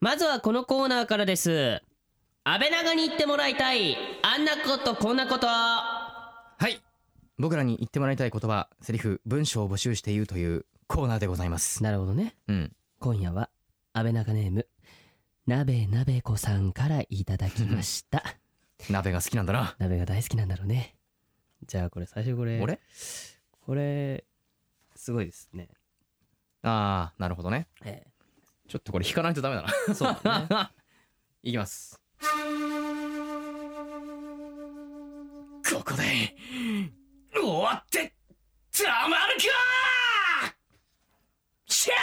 まずはこのコーナーからです安倍長に言ってもらいたいあんなことこんなことはい僕らに言ってもらいたい言葉セリフ文章を募集しているというコーナーでございますなるほどねうん今夜は安倍長ネームなべなべこさんからいただきました 鍋が好きなんだな鍋が大好きなんだろうねじゃあこれ最初これ俺これすごいですねあーなるほどねえちょっとこれ引かないとダメだなえそうだね いきますここで終わってたまるかシャ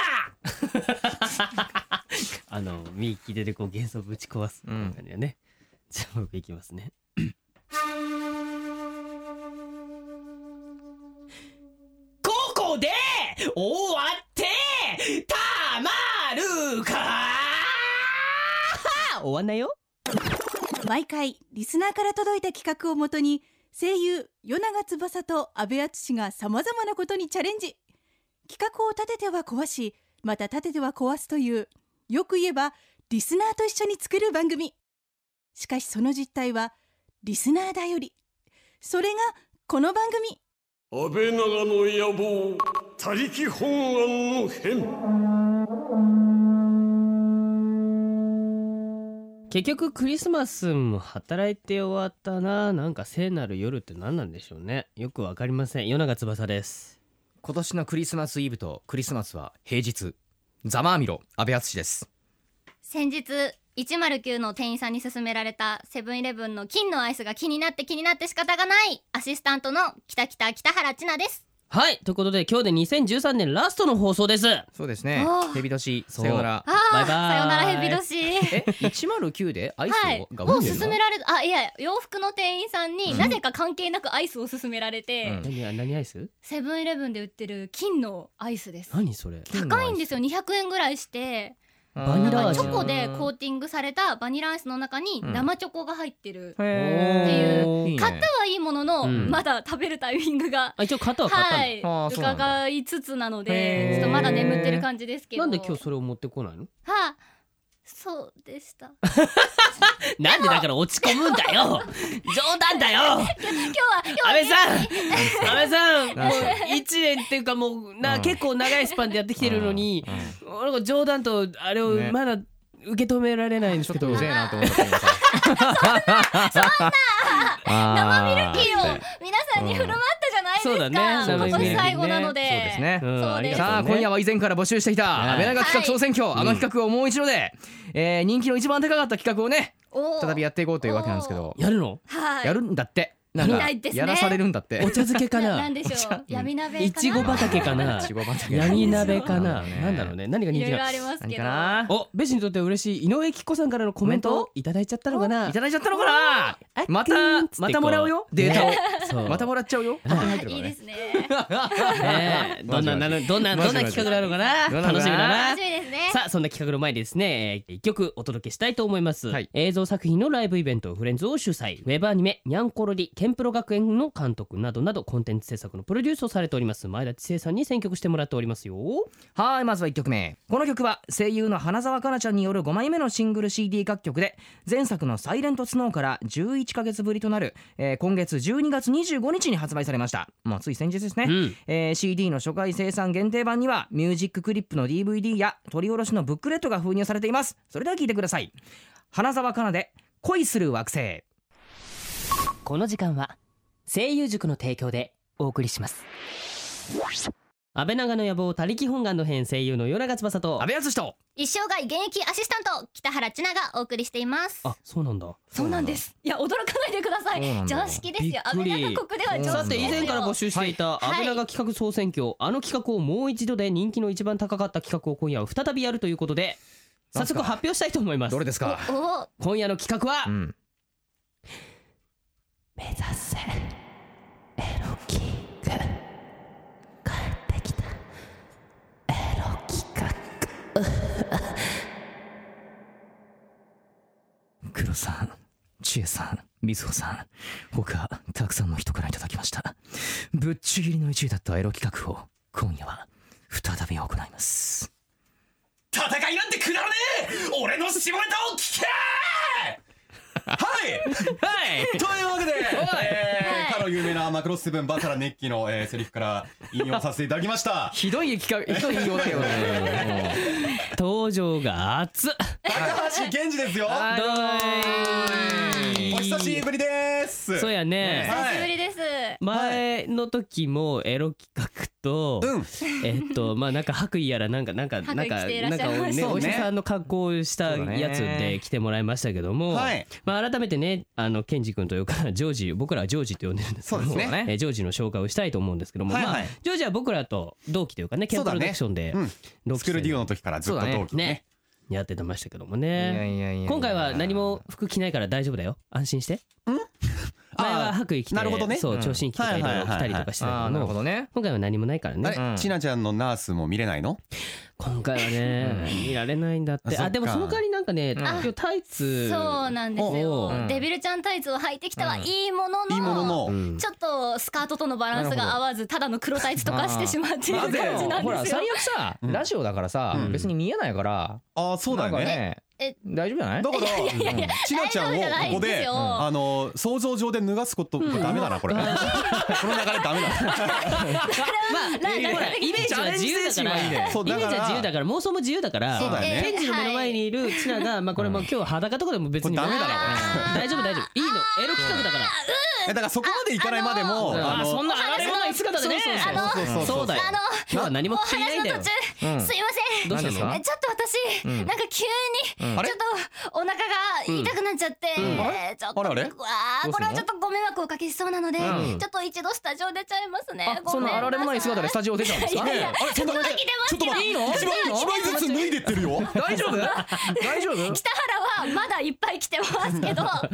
あの右利き手でこう幻想ぶち壊すうん感じだね、じゃあ僕いきますね ここで終わってたまるか 終わんないよ 毎回リスナーから届いた企画をもとに声優与永翼と阿部淳がさまざまなことにチャレンジ企画を立てては壊しまた立てては壊すというよく言えばリスナーと一緒に作る番組しかしその実態はリスナーだよりそれがこの番組安倍長の野望他力本願の変結局クリスマスも働いて終わったななんか聖なる夜って何なんでしょうねよくわかりません夜長翼です今年のクリスマスイブとクリスマスは平日ざまあみろ安倍敦です先日109の店員さんに勧められたセブンイレブンの金のアイスが気になって気になって仕方がないアシスタントの北北北原千奈ですはいということで今日で2013年ラストの放送ですバそうですねあー蛇年そうさよならあイバあイさよならヘビ年え109でアイスはいをがを売ってんの、勧められたあいや洋服の店員さんうにんなぜか関係なくアイスを勧められて、うん何何アイスセブンイレブンで売ってる金のアイスです何それ高いんですよ200円ぐらいしてバニラなん味かチョコでコーうティングされたバニラアイスの中に生チョコが入ってる、てへーっていう買ったはいいものの、うんまだ食べるタイミングがあ一応型は買ったんだ、はいあーそうなんだ伺いつつなのへーでちょっとまだ眠ってる感じですけどなんで今日それを持ってこないのはあそうでした なんでだから落ち込むんだよ冗談だよ今日は今日は安倍さん安倍さんもなんすかう一年っていうかもうな、うん結構長いスパンでやってきてるのに、うんうんなんか冗談とあれをねまだ受け止められないんでちすょけっど、とうぜえなと思ったけどさ。そんな生ミルキーを皆さんに振る舞ったじゃないですうんか、そうだね今年最後なのでそうですね。うんありがとうねさあ今夜は以前から募集してきた安倍長企画総選挙、あの企画をもう一度で、えー人気の一番高かった企画をねおー再びやっていこうというわけなんですけど、やるのはいやるんだってなんみかたいですねやらされるんだっおて茶漬けかなななんでしょう闇鍋かないちご畑かないちご畑闇鍋かなそうだねなんだろうね何がい人ろ気いなろのあります何けかどなおベジにとっては嬉しい井上貴子さんからのコメントコメンをいただいちゃったのかないただいちゃったのかなあっまくーんたっつってこうまたもらうよデータをねそうまたもらっちゃうよはいあ入ってるいからねいです ねねえ どんななのどんなどんな企画なのかどんななのかな楽しみだな楽しみですねさあそんな企画の前にですねえー一曲お届けしたいと思います、はい映像作品のライブイベントフレンズを主催ウェブアニメ「ニャンコロリケンプロ学園」の監督などなどコンテンツ制作のプロデュースをされております前田知世さんに選曲してもらっておりますよはいまずは1曲目この曲は声優の花澤香菜ちゃんによる5枚目のシングル CD 楽曲で前作の「サイレントスノーから11ヶ月ぶりとなる、えー今月12月25日に発売されましたもうつい先日ですね、うんえー CD の初回生産限定版にはミュージッククリップの DVD や取り下ろしのブックレットが封入されていますそれでは聴いてください花澤香菜で「恋する惑星この時間は声優塾の提供でお送りします安倍長の野望他力本願の編声優の与永翼」と阿部淳と一生涯現役アシスタント北原千奈がお送りしていますあそうなんだそうなんですいや驚かないでくださそうなんいだ常識ですよ安びっく倍り長国では常識ですよさて以前から募集していたい安倍長企画総選挙、あの企画をもう一度で人気の一番高かった企画を今夜は再びやるということでな早んす速か発表したいと思いますどれですかお今夜の企画は、うん目指せエロキング帰ってきたエロ企画黒さん、千恵さん、瑞穂さん、他たくさんの人からいただきました。ぶっちぎりの1位だったエロ企画を今夜は再び行います。戦いなんてくだらねえ俺の好の有名なマクロスセブンバタラネッキの、えー、セリフから引用させていただきました。ひどい企画ひどいよだよね登場が熱っ高橋健二ですよ。はいお久しぶりです。そうやねは久いしぶりです、前の時もエロ企画と、うんえっ とまあなんか白衣やらなんかなんか白なん衣か着ていらっなんしゃかいましたねそうねお医者さんの格好をしたやつで来てもらいましたけども、はいまあ改めてねあのケンジ君というか ジョージ僕らはジョージって呼んでるんですけどもそうですねえージョージの紹介をしたいと思うんですけども、はいはいまあジョージは僕らと同期というかねケンプロダクションで、そうだね同期スクールデュオの時からずっと同期ねねやってましたけどもいやいねやいやいや今回は何も服着ないから大丈夫だよ安心してあー 前は白衣着てなるほどねそううん調子に着てたりとはいはいはいか着はいたりとかしてあたあけなるどほどね今回は何もないからあねれ、うんちなちゃんのナースも見れないの？今回はね見られないんだっあそてっかあでもその代わりなんかね今日タイツそうなんですおよ、ううんデビルちゃんタイツを履いてきたはうんいいものの,、いいものの。うんちょっとスカートとのバランスが合わずただの黒タイツとかしてしまっているまあ感じでなんですよもほら最悪さうんラジオだからさうん別に見えないからああそうだよなんかね。え大丈夫じゃないだからちなちゃんを大丈夫こじゃないこんですでよあの想像上で脱がすことダメだ なこれ。この流れダメラだ。ほらイメージは自由だからイメージそうはだから自由だから妄想も自由だからそうだよねケンジの目の前にいるチナがまあこれもう今日裸とかでも別これにダメだなこ大丈夫大丈夫いいのエロ企画だかられ。えだからそこまでいかないまでもああそんなの。離れもない姿でねそうそうそうそうそうそうだよあの今日は何もお聞いな話いんのだ途よ中、うんすいませんどうしたのえちょっと私、うんなんか急に、あれちょっとお腹が痛くなっちゃって、えーちょっとあれあれうわどーうしたのこれはちょっとご迷惑をおかけしそうなので、うんちょっと一度スタジオ出ちゃいますねあごそんめんなあられもない姿でスタジオ出ちゃうんですかいやいやあれそんな感じちょっと待っていいの一い枚いの一枚ずつ脱いでってるよ。大丈夫大丈夫 北原はまだいっぱい来てますけどあ、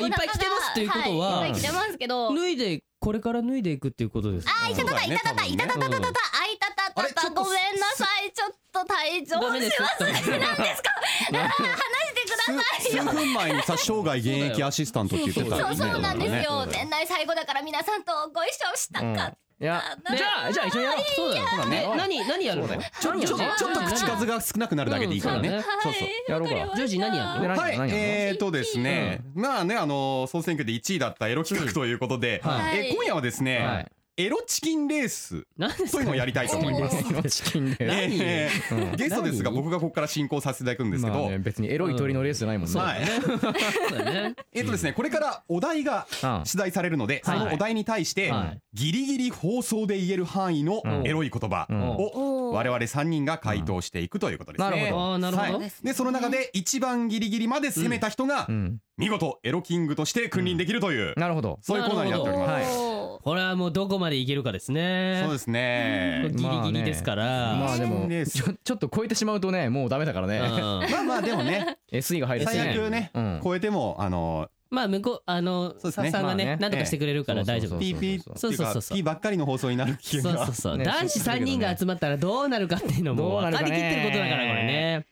いっぱい来てますっていうことはいいっぱい来てますけど脱いでこれから脱いでいくっていうことですかあいたたたいたたたいたたたたたたあいたたあれたちたょっとごめんなさいちょっと退場ダメですしますなんですか離してください数数分前にさ生涯現役アシスタントって言ってたそうそうなんですよ、ね年内最後だから皆さんとご一緒したかった、いやじゃあじゃあ一緒にやろうそうだよそうだねえ何何やるのちょちょちょっと口数が少なくなるだけでいいからね。うんそうそう。やろうかジョージ何やるでの何はい、何えーとですね、まあね、あの総選挙で1位だったエロ企画ということで、はいえー今夜はですね、はいエロチキンレース何ですというのをやりたいと思います。チキンで何えーうんゲストですが、何僕がここから進行させていただくんですけど、まあね別にエロい鳥のレースじゃないもんねはい、かねえーとですね、これからお題がうん出題されるので、はいそのお題に対して、はいギリギリ放送で言える範囲のエロい言葉を我々3人が回答していくということですね。なるほああなるほはどい、でその中で一番ギリギリまで攻めた人がうん見事エロキングとして君臨できるという、なるほどそういうコーナーになっております。はいおーこれはもうどこまでいけるかですねそうですね。ギリギリですからまあでもねちょちょっと超えてしまうとねもうダメだからうねんまあまあでもね、 SE が入るし最悪ねうん、超えてもあのまあ向こうあのそスうですタッねフさんがまあねねなんとかしてくれるから大丈夫そうそうそう PP っていうそうそうかそう P ばっかりの放送になる危そ険うがそう。そうね男子3人が集まったらどうなるかっていうのもどうな分るかかねりきってることだからこれね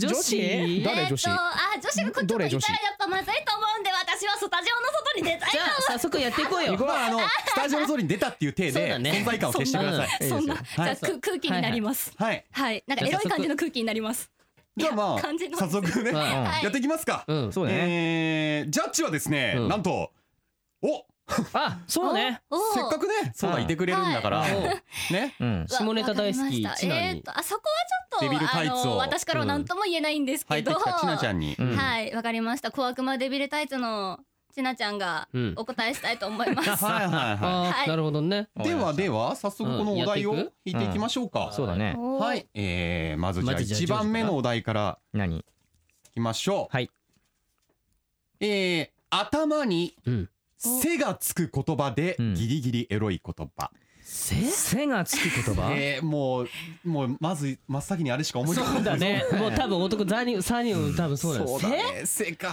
女子誰え女ーっ子とあ女子がこっちょっどとれいた女子らやっぱまずいと思うんで私はスタジオの外に出たいじゃあ早速やっていこうよ まああのスタジオの通りに出たっていう体そうでだね存在感を消してください。いいですそよんな、はいじゃあく空気になりますはい。はい、なんかエロい感じの空気になりますじゃあまあ感じの早速ね、はいはいやっていきますか。うんそうだね、えージャッジはですね、うんなんとおあそうねおーせっかくねそうだいてくれるんだから、 ねうんわ下ネタ大好きわかりましたちなにえーっとあそこはちょデビルっとタあイツをの私からは何とも言えないんです入けってど、きたちなちゃんに。うんはいわかりました小悪魔デビルタイツのちなちゃんがうんお答えしたいと思います、 はいはいはあはーいなるほどねい。ではでは早速このお題をうんやって引いていきましょうか。そうだねおーはい、えー、まずじゃまあずじゃあ一番目のお題から何いきましょう。はい。えー、頭にうん背がつく言葉でうんギリギリエロい言葉。せ背がつく言葉、えー、もうもうまず真っ先にあれしか思いつかない。そうだねもう多分男ザニーサニー多分そうだよそうだね。背か。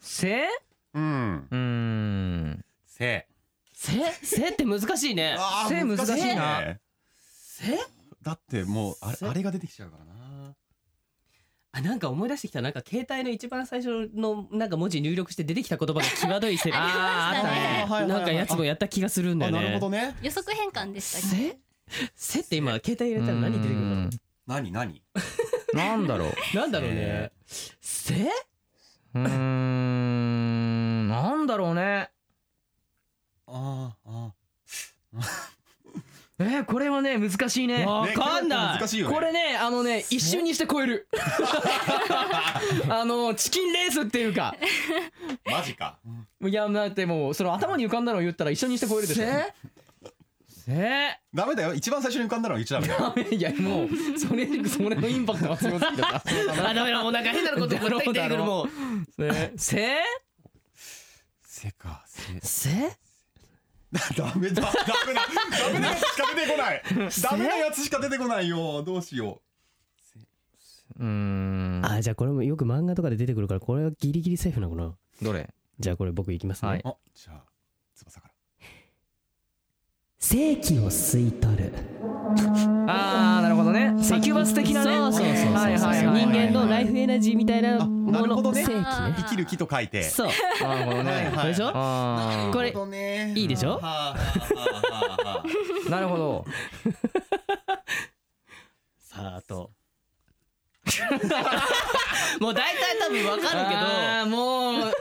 背うん。うーん背。せせせって難しいねあー背難しいなねせだってもうあれ背あれが出てきちゃうからな。あなんか思い出してきたなんか携帯の一番最初のなんか文字入力して出てきた言葉が際どいせありましたねあーはいはいはいなんかやつもやった気がするんだあよねなるほどね。予測変換でしたっけせせって今携帯入れたら何出てくるうのん何何。なんだろうなんだろうねせうーんなんだろうねあーあーえー、これはね難しいねわかんない難しいよねこれねあのね一瞬にして超え るあのチキンレースっていうかマジかいやだってもうその頭に浮かんだのを言ったら一緒にして超えるでしょせダメだよ一番最初に浮かんだのは言っちゃダメ だよーいやもうそれそれのインパクトが強すぎてさあダメだお腹変なことばっかり出てくるもうせーせーせかせせ ダメだダメだダメなやつしか出てこないダメなやつしか出てこないよどうしようーんあじゃあこれもよく漫画とかで出てくるからこれはギリギリセーフなのかなどれじゃあこれ僕いきますね、はいうあじゃあ翼から正気を吸い取るああなるほどね石油バス的なねそうそうそうそうはいはいはいはい人間のライフエナジーみたいななもるほのどね正気ね生きる木と書いてそうなるほどはいこねはいれでしょあこれれいいでしょーなるほどさああと もう大体多分わかるけどあーもう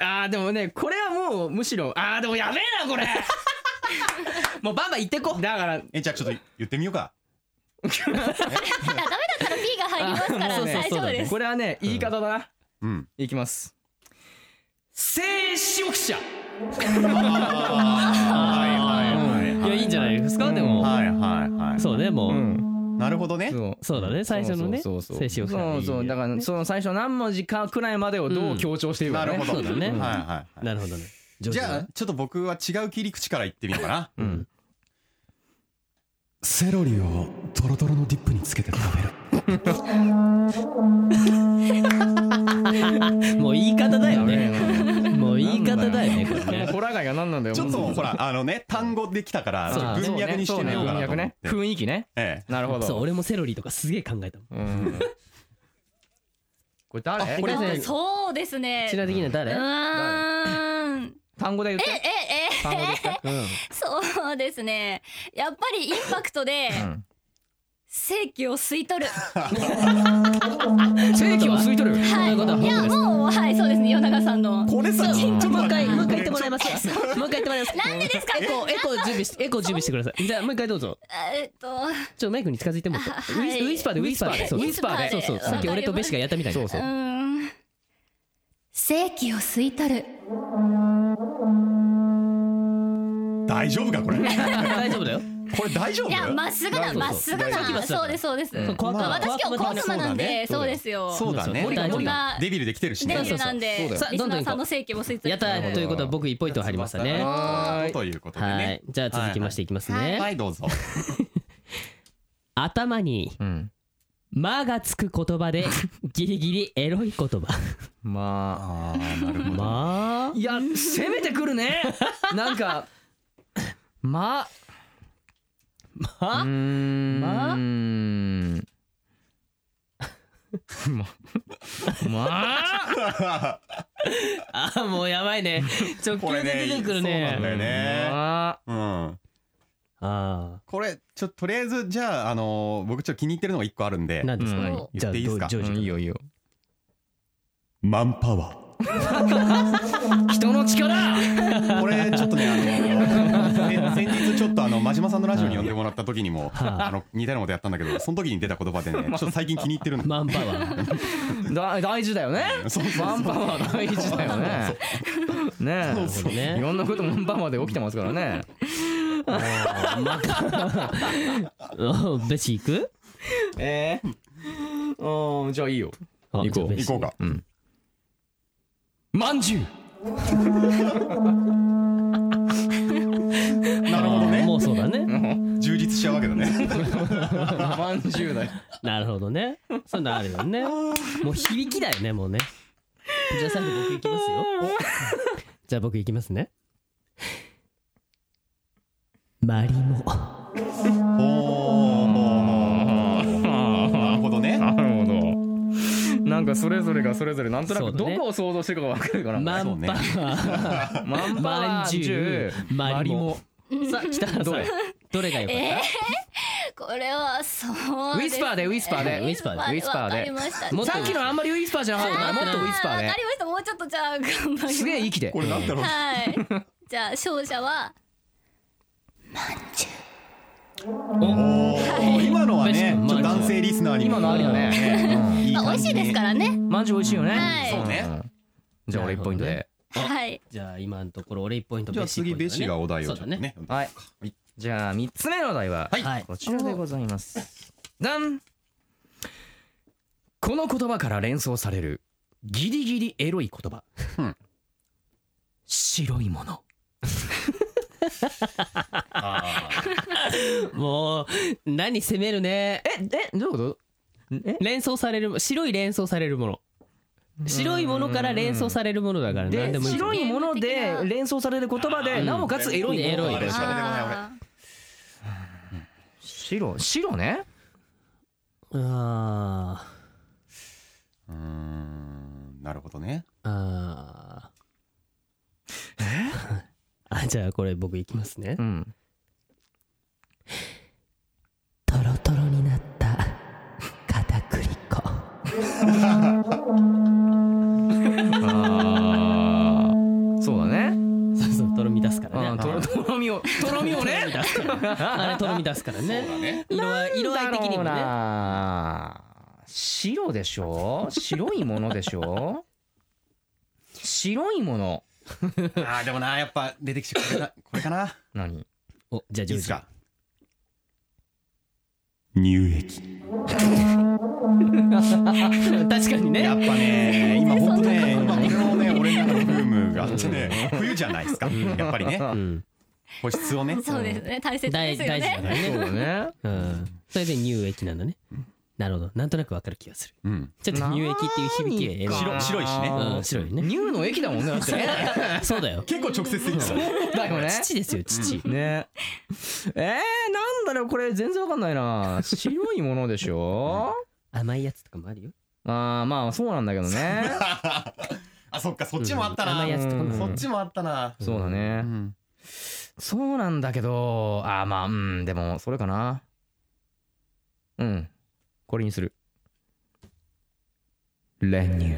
あーでもねこれはもうむしろあーでもやべえな これもうバンバン言ってこだからえじゃあちょっと言ってみようかダメだったら P が入りますかあらもうね大丈夫ですこれはね言い方だな、うんいきます性視欲者はいはいいやいいんじゃないですか、でいも、はいはいはいそうねもう、んなるほどねそうそうだね最初のねそうそうそう静止欲者そうそうだからその最初何文字かくらいまでをどう強調しているなかねるほどそうだねはいはいはなるほどねいじゃあちょっと僕は違う切り口から言ってみようかな うんセロリをトロトロのディップにつけて食べるもう言い方だよねねもう言い方だよねこれねホラ貝が何なんだよちょっとほらあのね単語できたからちょっと文脈にしてみようかなとそうねそうね文脈思っねて雰囲気ねええなるほどそう俺もセロリとかすげえ考えたもんうんこれ誰あこれなんかねそうですねちな的にはう誰ーん単語で言っええてえ単語で言ってそうですねやっぱりインパクトでうん正気を吸い取る正気を吸い取るはいんなことは本当いやもうはいそうですね与永さんのこれさちょっともう一待っ回てもう一回言ってもらい ますもう一回言ってもらいますなんでですかエコエコ準備してエコ準備してくださいじゃあもう一回どうぞえっとちょっとマイクに近づいてもらってあはいウィスウィスパーでウィスパーでそうウィスパーでそうそうウィスパーでさっき俺とベシがやったみたいなそうそううーん正気を吸い取る大丈夫かこれ 大丈夫だよこれ大丈夫いやまっすぐなそうそうまっすぐ正気はなそうだそうですそうですそう怖くまあ私今日コ怖くースマなんでそそうだねうですよそうだねそうこんだなデビルできてるしデビねルなんでそうそうそうそうだよリスナーさんの正気も吸い取るやったということは僕1ポイント入りましたねはーいということではねいじゃあ続きましていきますはいはねいどうぞ頭にうん「ま」がつく言葉 でギリギリエロい言葉 まあーなるほどまあいや攻めてくる ねなんかまあうーんま ままあーもうやばいね直これ球でね出てくるそうなんねだよねまうんあこれちょとりあえずじゃああのー僕ちょっと気に入ってるのが一個あるんであ何ですかうんじゃあ言っていいですかどううんいいよいいよマンパワ人の力ーこれちょっとねあのー先先日ちょっとあの真島さんのラジオに呼んでもらった時にもはいあの似たようなことやったんだけどその時に出た言葉でねちょっと最近気に入ってるんだマンパワ ーだ大事だよねそうそうそうワンパワー大事だよねねそうえそういねろんなことワンパワーで起きてますからね うんベシ行くええうんじゃあいいよあ行こうじゃあベシ行こうかまんじゅうなるほどねもうそうだね充実しちゃうわけだねまんじゅうだよなるほどねそんなんあるよねもう響きだよねもうねじゃあ最後僕行きますよじゃあ僕行きますねマリモおーなるほどねなるほどなんかそれぞれがそれぞれなんとなそくうだどねこを想像してるかが分かるからマンパワーまんまんじゅうまりもさあ北原さんどれどれがよかった、えこれはそうウでィすスパーでウィスパ ーでウィスパーでウィスパーでわかりましたもっとさっきのあんまりウィスパーじゃなかったからもっとウィスパーわでかりましたもうちょっとじゃあ頑張りますすげえ息でこれなんだろうはいじゃあ勝者はおー今のはねうんちょっと男性リスナーにも今のありだね、いいまあ、美感味しじいにですからねうん、まんじゅう美味しいよね、はいそうねんじゃあ俺1ポイントで、あはいじゃあ今のところ俺1ポイントじゃあベッシー次ポイントだベねシがお題をちょっとそうだねねはいはいじゃあ3つ目のお題は、はいこちらでございますダンこの言葉から連想されるギリギリエロい言葉、うん白いものもう何攻めるねええどういうことえ連想される白い連想されるもの白いものから連想されるものだから何ででもいい白いもので連想される言葉でうんなおかつエロいエロいあれしか出てこない俺あー白白ねあうーんなるほどねーあー あじゃあこれ僕いきますねうんトロトロになった片栗粉あーそうだねそうそうとろみ出すかうらんねとろとろみをとろみをね出すからあれとろみ出すからねね色合い色合い的にもなんだろうねな白でしょ白いものでしょ白いものあーでもなやっぱ出てきちゃうこれだこれかな何おじゃあいジョーいでジすか乳 液確かにやっねぱね今本当ね今これのね俺の中のブームがあってね冬じゃないですかやっぱりねうん保湿をねそうですね大切で大すよ大事だかねらねだねうんそれで乳液なんだねなるほどなんとなくわかる気がするうんちょっと乳液っていう響きがエロい白白いしねうん白いね乳の液だもんねだってね そうだ よ結構直接的ですよねだよね父ですよ父ねえー、なんだろうこれ全然わかんないな白いものでしょ甘いやつとかもあるよあーまあそうなんだけどねあそっかそっちもあったな甘いやつとかも そっちもあったなそうだうねんそうなんだけどあーまあうんでもそれかなうんこれにする練乳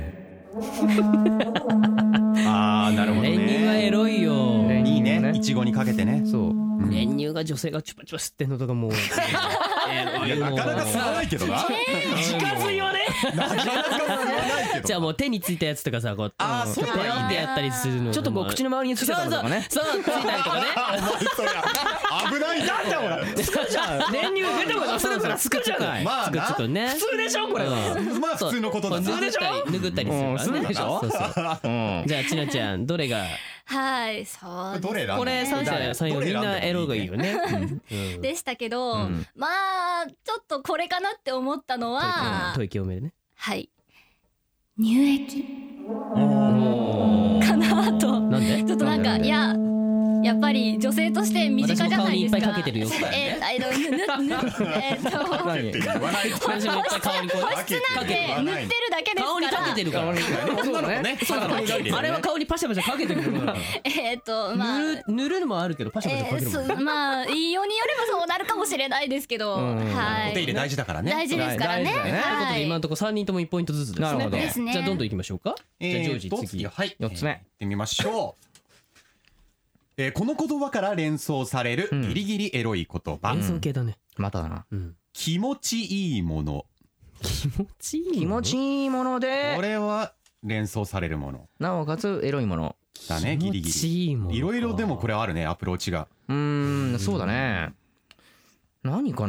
あーなるほど練乳はエねロいよねいいねいちごにかけてねそううん練乳が女性がチュパチュパ吸ってんのとかもういやなかなか吸わないけどな近づいはねなかなか吸わないけどじゃあもう手についたやつとかさこうあーそうなんだペロンってやったりするのちょっとこう口の周りにつけそうたそうのとかねそうついたりとかねお前そりゃ危ないなんだほら練乳出てこなそれからすくじゃないまあなつくつくね普通でしょこれまあ普通のことだな拭ったり拭ったりするからねうんするでしょそうそううんじゃあちなちゃんどれがはいそうですどれ選んだこれ三者三様みんなエロがいいよねうんでしたけど、うんまあちょっとこれかなって思ったのは吐息多めでねはい乳液かなとなんで ちょっとなんかいややっぱり女性として身近じゃないで私すかも顔にいっぱいかけてるよ えー、あのぬぬぬえーっと保何言わない私もいっぱい顔にこう湿なんて塗ってるだけです顔にかかけらてるからそうだねそうなのあれは顔にパシャパシャかけてるものだかえーっとまらあ塗る塗るのもあるけどパシャパシャえかけるー、もんそうまあいいようによればそうなるかもしれないですけど、うんはお手入れい大事だからね大事ですからね大事だよねということはでい今のところ3人とも1ポイントずつですねなるほどですねじゃあどんどんいきましょうかじゃあジョージ次はい四つ目えー行ってみましょうえーこの言葉から連想されるうんギリギリエロい言葉演奏系だねまただなうん気持ちいいもの気持ちいい気持ちいいものでこれは連想されるものなおかつエロいものだねギリギリリいろいろでもこれあるねアプローチがうーんそうだね何か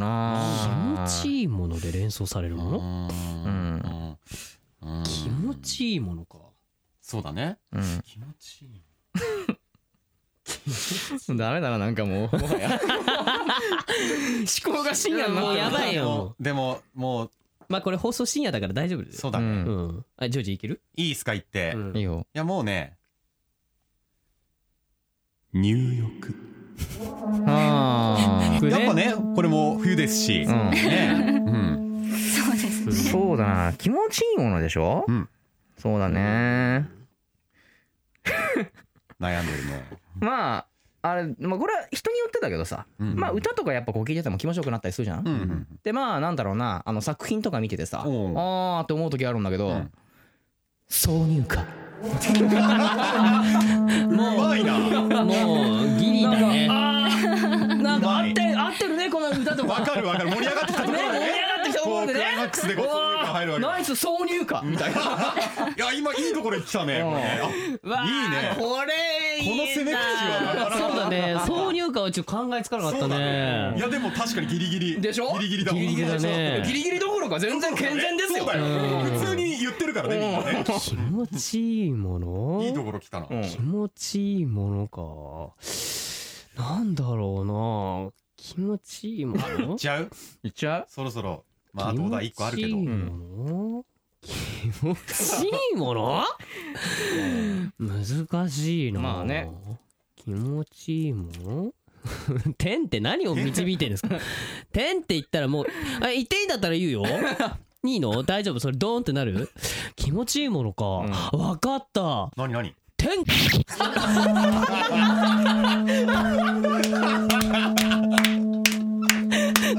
気な持ちいいもので連想されるうものんうん気持ちいいものかそうだねうん気持ちいい ダメだななんかもうもはや思考が深夜になってもう るやばいよもでももうまあこれ放送深夜だから大丈夫ですそようだうねうんんあジョージいけるいいっすか言ってういんいいよやもうね入浴あやっぱねこれも冬ですしうね んうんそうですあねそうだな気持ちいいものでしょうんそうだね悩んでるねまああれまあこれは人によってだけどさうんまあ歌とかやっぱこう聞いてても気持ちよくなったりするじゃうんんでまあなんだろうなあの作品とか見ててさあおうーって思う時あるんだけどうん挿入歌うまいなもうギリだねなんか合って合ってるねこの歌だとわかかるわかる盛り上がってきたとこねろ盛でり上がってきたとこころうでクねライマックスでこう挿入歌入るわおーけナイス挿入歌 みたいないや今いいところに来たねこれねうわあいいねーこれいいなこの攻め口はなかな かそうだね挿入歌はちょっと考えつかなかったねいやでも確かにギリギリでしょギリギリだもんギリギリだねギリギリどころか全然健全ですよそうだよ普通に言ってるからねみんなね気持ちいいものいいところ来たなうん気持ちいいものかなんだろうな気持ちいいも行っのちゃういっちゃうそろそろまああとお題一個あるけど気持ちいいもの気持ちいいもの難しいなまあね気持ちいいもの 天って何を導いてるんです か天って言ったらもうあ言っていいんだったら言うよいいの大丈夫それドーンってなる気持ちいいものか、わかった何何 天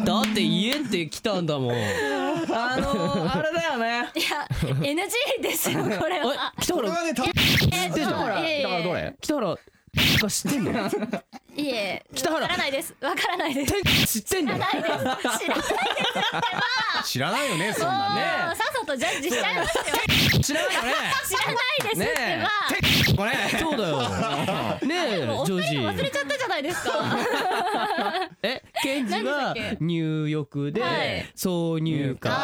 だって家って来たんだもんえあのー、あれだよねいや NG ですよこれ は。北これ原はねたえ出たそうほらいえいえだからどれ北原が知ってんのいえ北原わからないですわからないです。天知ってんのないです。知らないですって知らないよねそんもうなねさっさとジャッジしちゃいますよ。知らないよね知らないですっねてば。えこれそうだよねえジョ忘ーれジちゃったじゃないですか。えケンジは何でしたっけ入浴ではい挿入あ歌で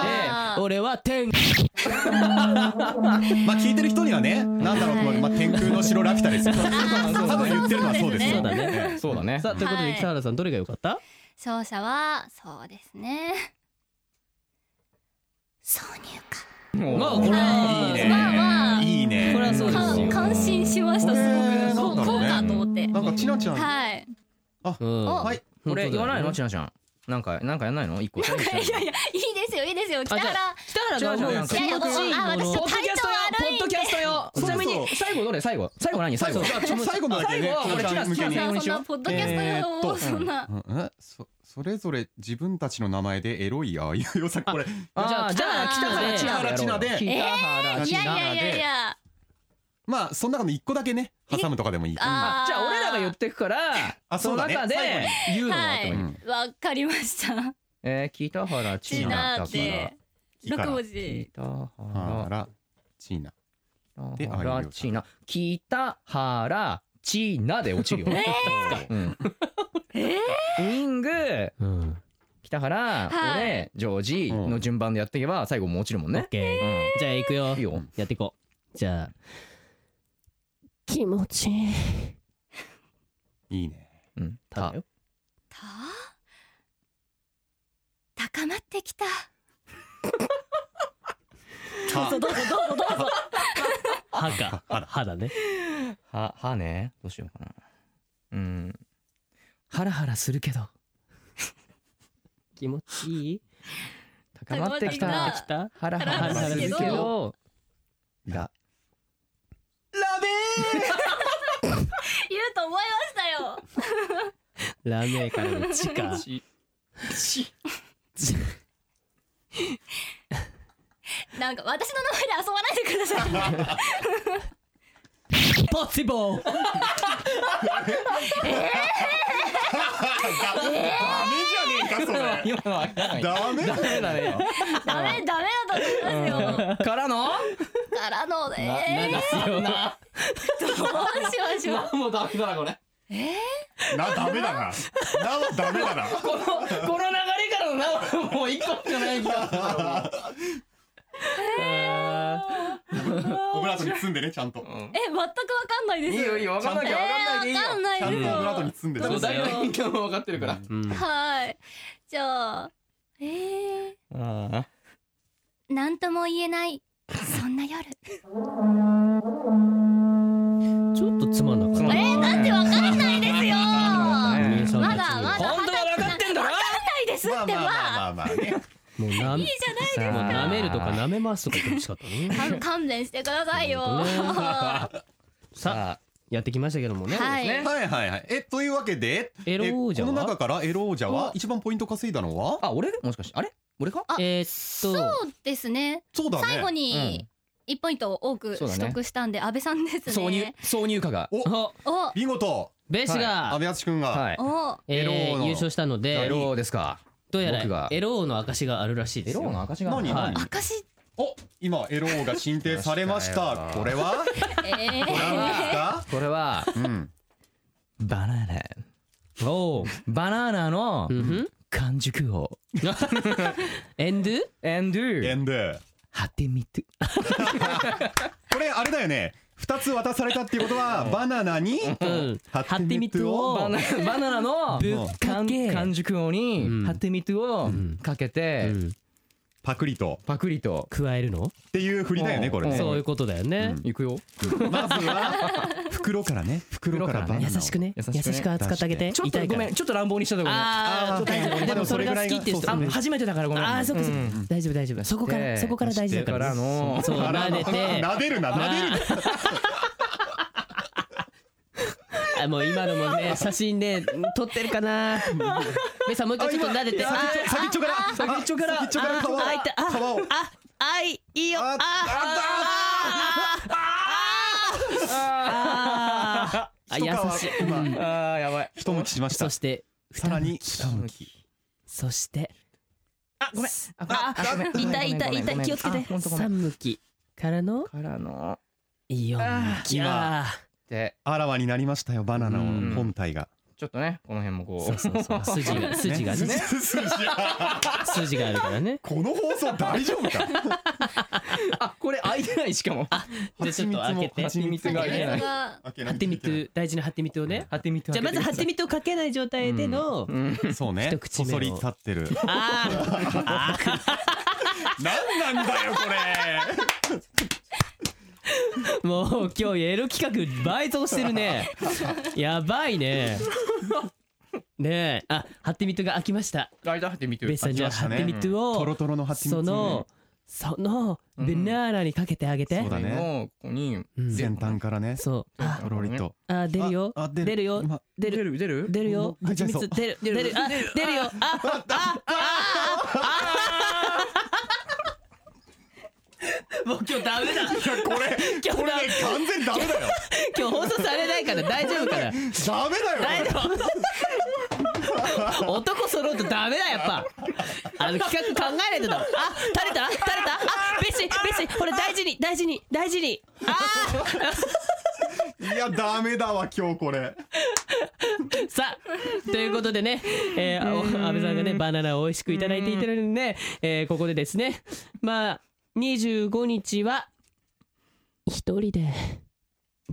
ー俺は天まあ聞いてる人にはねなんだろうこれまあ天空の城ラピュタですよ多分言ってるのはそうですよそうだねねそうだねさあということはでい北原さんどれが良かった勝者はそうですね。挿入まあもこれ歌。はいいいいねねまあまあ。いいねこれはそうですよ感感心しましたすえーごく。こなんだろこううねかと思って。なんかちなちゃんはい。うんおはいこれ言わないの北ちなちゃんなんかなんかやんないの一個なんかいやいやいいですよいいですよ北じゃ原。原が思う気持ちいいもあ私のポッドキャスト用ポッドキャスト用そうそうちなみに最後どれ最後最後何最後最後のだけね最後は俺ちなちゃん向けじにゃあにしそんようなポッドキャスト用をそんな。うんえそそれぞれ自分たちの名前でエロいああいうよさこれじゃあじゃあ北原北原千奈北原いで千やい奈やいやいや。まあその中の一個だけね挟むとかでもいいあーじゃあ俺らが言ってくからあそそうのだね中で最後に言うのははってもいいいうん。わかりました。えー北原千ち奈なだっからて木から六文字。北原あらチーナで北原千奈北原千奈で落ちるよねうんえウイングうん北原はい俺ジョージの順番でやっていけば最後も落ちるもんオねッケーうんじゃあ行くよいいよやっていこうじゃあ気持ちいいいいねうんただよた高まってきた。たどうぞどうぞどうぞどうぞ。歯か歯だねは、はね、どうしようかな。うん。ハラハラするけど、 気持ちいい高まってき高まってた。き来たハラハラするけハラハラするどけど、ラ。言うと思いました よ。ラーメンからの地 下なんか私の名前で遊ばないでください。 ポッシボーダメじゃね今のはえかそれダメだね。ダメダメだと思いますよ。からのからのね。えーどうしましょ う。もうダメだな、これ。なダメだななはダメだなこの、この流れからのな、もう一個しかない気がするオブラートに包んでねちゃんとえ全くわかんな いです。いいよ、いいよ、わかんなきゃわかんないでいいえよーわ。かんないちゃんとオブラートにで包んでそう、ね大体みんなもわかってるから。すよ。はい。じゃあえー、あなんとも言えないそんな夜。ちょっとつまんなかっつたまんなえー、だってわかんないですよ。あ。ねまだまだ本当はわかってんだろないですってまあば。まあまあまあまあねもうなめいいじゃない。もう舐めるとかな。舐めますとか言ってほしかったね 勘勘弁してくださいよ。本当はさあやってきましたけどもねい。はいはいはいえというわけでエロ王者えこの中はからエロ王者は一番ポイント稼いだのはあ、俺もしかして、あれ俺かえそーっとうですね。そうだね最後うんに1ポイント多くそうだ取ね得したんで、安倍さんです挿入ね。挿入歌がおおお見事ベース阿が部淳君がはいおえエロ王ーの優勝したのエでロですかどうや僕らがエローの証があるらしいでエすロよーの証がある何はい証お今エローが進呈されまし出ましたよたこれはえこれなんですかこれはうんバナナおーバナナのうんふん完熟をエンドゥ and エ do ンドゥハテミトこれあれだよね二つ渡されたっていうことはバナナにうんハッテミトをバナバナナのぶっか完け完熟王うんにハテミトをんかけてうんパクリとパクリと加えるのっていう振りだよねこれねそういうことだよねいくよまずは袋からね袋からバナナを優しくね優しくね優しく扱ってあげてちょっ痛といかごらめんちょっと乱暴にしたとこあーあー大丈夫ででももそそれれぐがらい好きがっていう人そうそうあ初めてだからごめんあーそっかそっかん大丈夫大丈夫そこからでそこから大事だからしてからのそうあら撫でて 撫でるな撫でるな あもう今のもね写真ね撮ってるかなメイさんもう一回ちょっと撫でてあ先っちょ先っちょから先っちょから先っちょから皮をああいたあ皮をああいいよああああ優しいい今あーやばい一向きしましたそしてさらにそしてあごめんああごめ痛んい痛いごめ痛いんごめん気をつけてあほんとごめん三向きからのからの四向きああーであらわになりましたよバナナをうん本体がちょっとねこの辺もこそううそう そう筋が筋がね筋が筋があるから ねこの放送大丈夫かあこれ開いてないしかじもゃあちょっと開けて蜂蜜ー、がハ開 いてないが開けなハいテミト大事なハテミトをねハテミトじゃあまずハテミトをかけない状態でのうんそうね一口そ目のそり立ってるあーあー何なんだよこれもう今日エロ企画倍増してる ねやばいねねえあハッテミトが開きました開いたハテミトベスさんじゃあ開きハましたッねテミトトロをトロの蜂蜜そのそのうんベナーラにかけてあげてそうだねのここにうん先端からねそうあとろりとあ出るよああ出るよ今出るる出る出るようん蜂蜜出る出るあ出るよああああもう今日ダメだいやこれ今日これね完全にダメだよ今日放送されないから大丈夫かなダメだ大よこ丈夫男揃うとダメだやっぱあの企画考えないとだあ垂れた垂れたあベシベシこれ大事に大事に大事にあれいやダメだわ今日これーさあということでね、えー、お安倍さんがねバナナを美味しくいただいていただいてるんで、えー、ここでですねまあ25日は一人で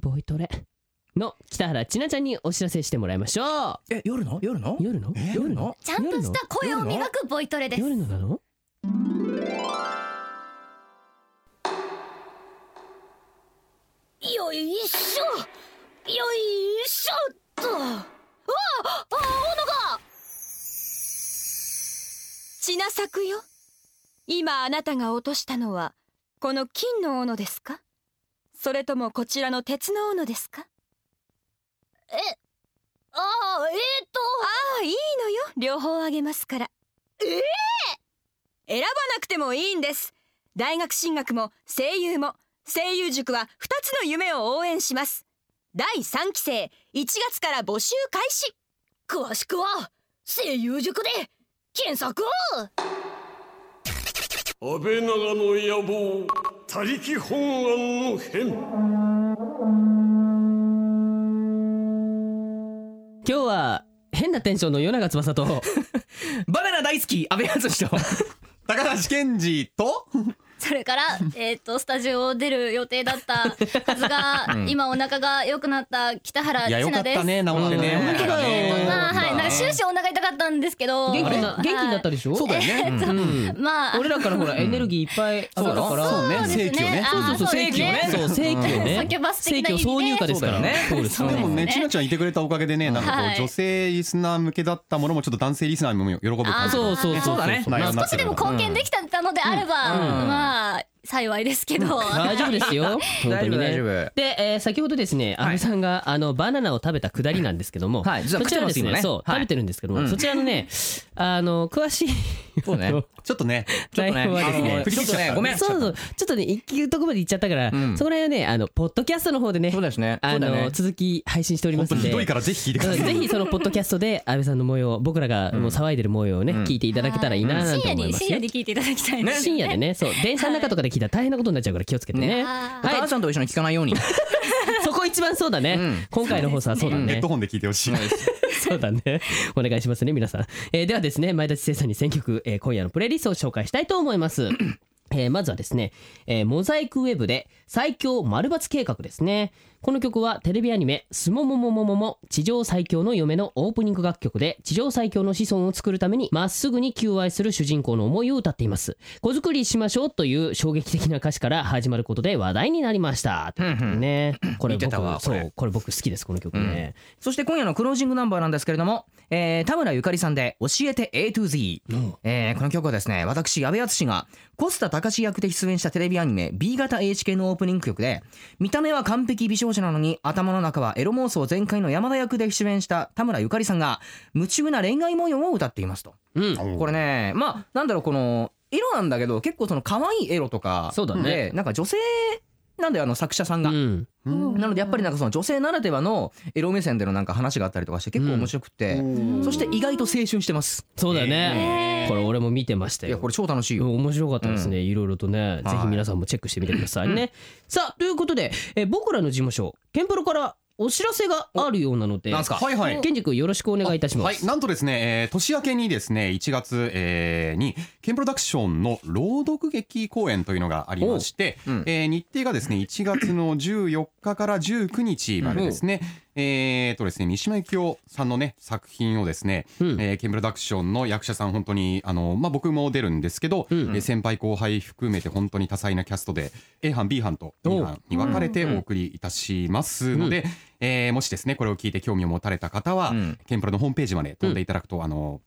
ボイトレの北原千奈ちゃんにお知らせしてもらいましょうえ夜の夜の夜のえ夜のちゃんとした声を磨くボイトレです夜のなのよいしょよいしょっとあああ斧がちなさくよ今あなたが落としたのはこの金の斧ですかそれともこちらの鉄の斧ですかああえー、っとああいいのよ両方あげますからええ選ばなくてもいいんです大学進学も声優も声優塾は2つの夢を応援します第3期生1月から募集開始詳しくは声優塾で検索を 安倍長の野望他力本願の変今日は変なテンションの夜長翼とバナナ大好き安倍淳と高橋健二とそれからえー、っとスタジオを出る予定だったはずが、今お腹が良くなった北原千奈です治ってね本当だよまあはいなんか終始お腹痛かったんですけど元気にな元はい気になったでしょそうだ よねうんまあ俺らからほらエネルギーいっぱいあるからそうねですね正規をねあーそうそう正規をねそうですそう正規をねサケバス正的な規意を挿味で入歌ですからねそうですでもねちなちゃんいてくれたおかげでねなんかこはいう女性リスナー向けだったものもちょっと男性リスナーにも喜ぶ感じあそうそうねそうそうだね内容にな少ってしるでもから貢献できたのであれば、うんうんまあ幸いですけど大丈夫ですよ本当 大丈に夫大ね丈夫で、えー先ほどですね阿部さんがあのバナナを食べたくだりなんですけども、はい実はそちらです食ってます今ねねそうは食いべてるんですけどうんもそちらのねあの詳しいそうねちょっとね、ちょっと内ね容はですあねのちょっとねごめんそうそうちょっとね一級とこまで行っちゃったから、うんそこら辺はねあのポッドキャストの方でねそうですねそあうだの、ね続き配信しておりま本すん当にひでどいからぜひ聞いてください。ぜひそのポッドキャストで安倍さんの模様僕らがもう騒いでる模様をね、うん聞いていただけたらいいななんて思いますよ、深夜に深夜に聞いていただきたいです深夜でねそう電車の中とかで聞いたら大変なことになっちゃうから気をつけてねあーはい母さんと一緒に聞かないよう にそこ一番そうだね、うん今回の放送はそうだヘッねドホンで聞いてほしい。そうだねお願いしますね皆さん、えーではですね前田知世さんに選曲、えー今夜のプレイリストを紹介したいと思いますえーまずはですね、えーモザイクウェブで最強丸抜計画ですね。この曲はテレビアニメ、すもももももも、地上最強の嫁のオープニング楽曲で、地上最強の子孫を作るために、まっすぐに求愛する主人公の思いを歌っています。子作りしましょうという衝撃的な歌詞から始まることで話題になりました。ね。これ見てたわ僕、こそれう、これ僕好きです、この曲ね。そして今夜のクロージングナンバーなんですけれども、えー田村ゆかりさんで「教えて A to Z」えーこの曲はですね私阿部淳がコスタ高志役で出演したテレビアニメ B 型 HK のオープニング曲で見た目は完璧美少女なのに頭の中はエロ妄想全開の山田役で出演した田村ゆかりさんが夢中な恋愛模様を歌っていますとうん。これねまあなんだろうこのエロなんだけど結構その可愛いエロとかそうだねでなんか女性なんだよあの作者さんうが。ん。なのでやっぱりなんかその女性ならではのエロ目線でのなんか話があったりとかして結構面白くて、そして意外と青春してます。そうだよね、へーこれ俺も見てましたいやよこれ超楽しいよ。面白かったですね、いろいろとね、はいぜひ皆さんもチェックしてみてくださいね、さあということで、えー僕らの事務所ケンプロからお知らせがあるようなのでなんすかはいはい。ケンジ君よろしくお願いいたしまはいす、、なんとですね、えー年明けにですね、1月、えーに、ケンプロダクションの朗読劇公演というのがありまして、おううんえー日程がですね、1月の14日から19日までですね、えーとですね、三島由紀夫さんのね、作品をですね、うんえーケンプロダクションの役者さん、本当に、あの、まあ、僕も出るんですけど、うんえー先輩後輩含めて本当に多彩なキャストで、A 班、B 班と B 班に分かれてお送りいたしますので、えーもしですね、これを聞いて興味を持たれた方は、うんケンプロのホームページまで飛んでいただくと、あの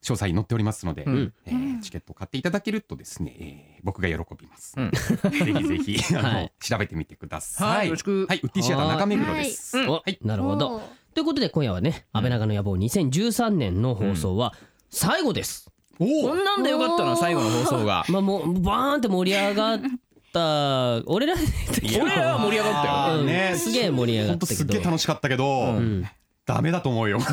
詳細に載っておりますので、うんえーチケットを買っていただけるとですね、えー僕が喜びます。うんぜひぜひあの、はい調べてみてください。はいよろしくはい、ウッディシアター中目黒です。おなるほどということで今夜はね「安倍長の野望」2013年の放送は最後です、こんなんでよかったな最後の放送が。まあもうバーンって盛り上がった 俺らの時俺らは盛り上がったよ。は、あーねうんすげえ盛り上が本っ当たすけっげえど楽しかったけど、んダメだと思うよ。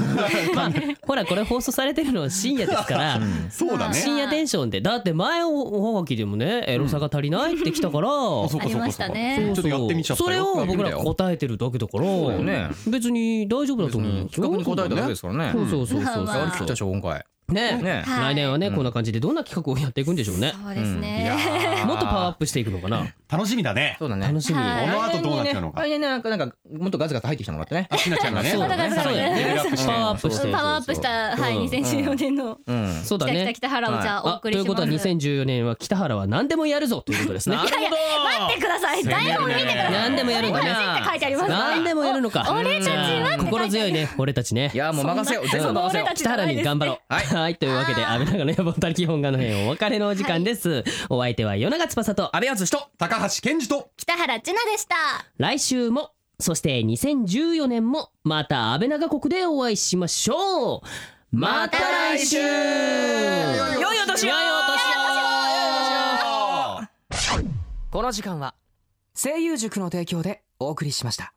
ほらこれ放送されてるの深夜ですから、そうだね。深夜テンションでだって前おおはがきでもねエロさが足りないってきたから、あそあうかりそうかまそしうたかそうねちょっとやってみちゃったよそれを僕らが答えてるだけだから、だよね別に大丈夫だと思うんですよ企画に答えただけですからね。そうそうそうそうまあやまりきあったでしょ今回。ねねはい来年はねこんな感じでどんな企画をやっていくんでしょうねそうですいやねーもっとパワーアップしていくのかな楽しみだね。そうだね。楽しみはこいの後どうなっちゃうのか。来年ねなんかなんかもっとガツガツ入ってきてもらってね。あ、ひなちゃんがね、そうだねさらにレベルアップしてパワーアップしてパワーアップしたはいうん2014年のうん。そうだ北北ね北原をじゃあおあと送りいしうますことは2014年は北原は何でもやるぞということですねいやいや待ってください台本見てください何でもやるんだね何って書いてあります何でもやるのかお俺たちはって書いてある心強いね俺たちねいやもう任せよう全部その任せ俺よたちじ北ゃな原いにです頑張ろう。はいはい、というわけで、安倍長の野望たり基本がの辺、お別れのお時間です。お相手は、夜長翼と、阿部淳と高橋健二と。北原千奈でした来週も、そして2014年も、また安倍長国でお会いしましょうまた来週良いお年を良いお年をこの時間は声優塾の提供でお送りしました。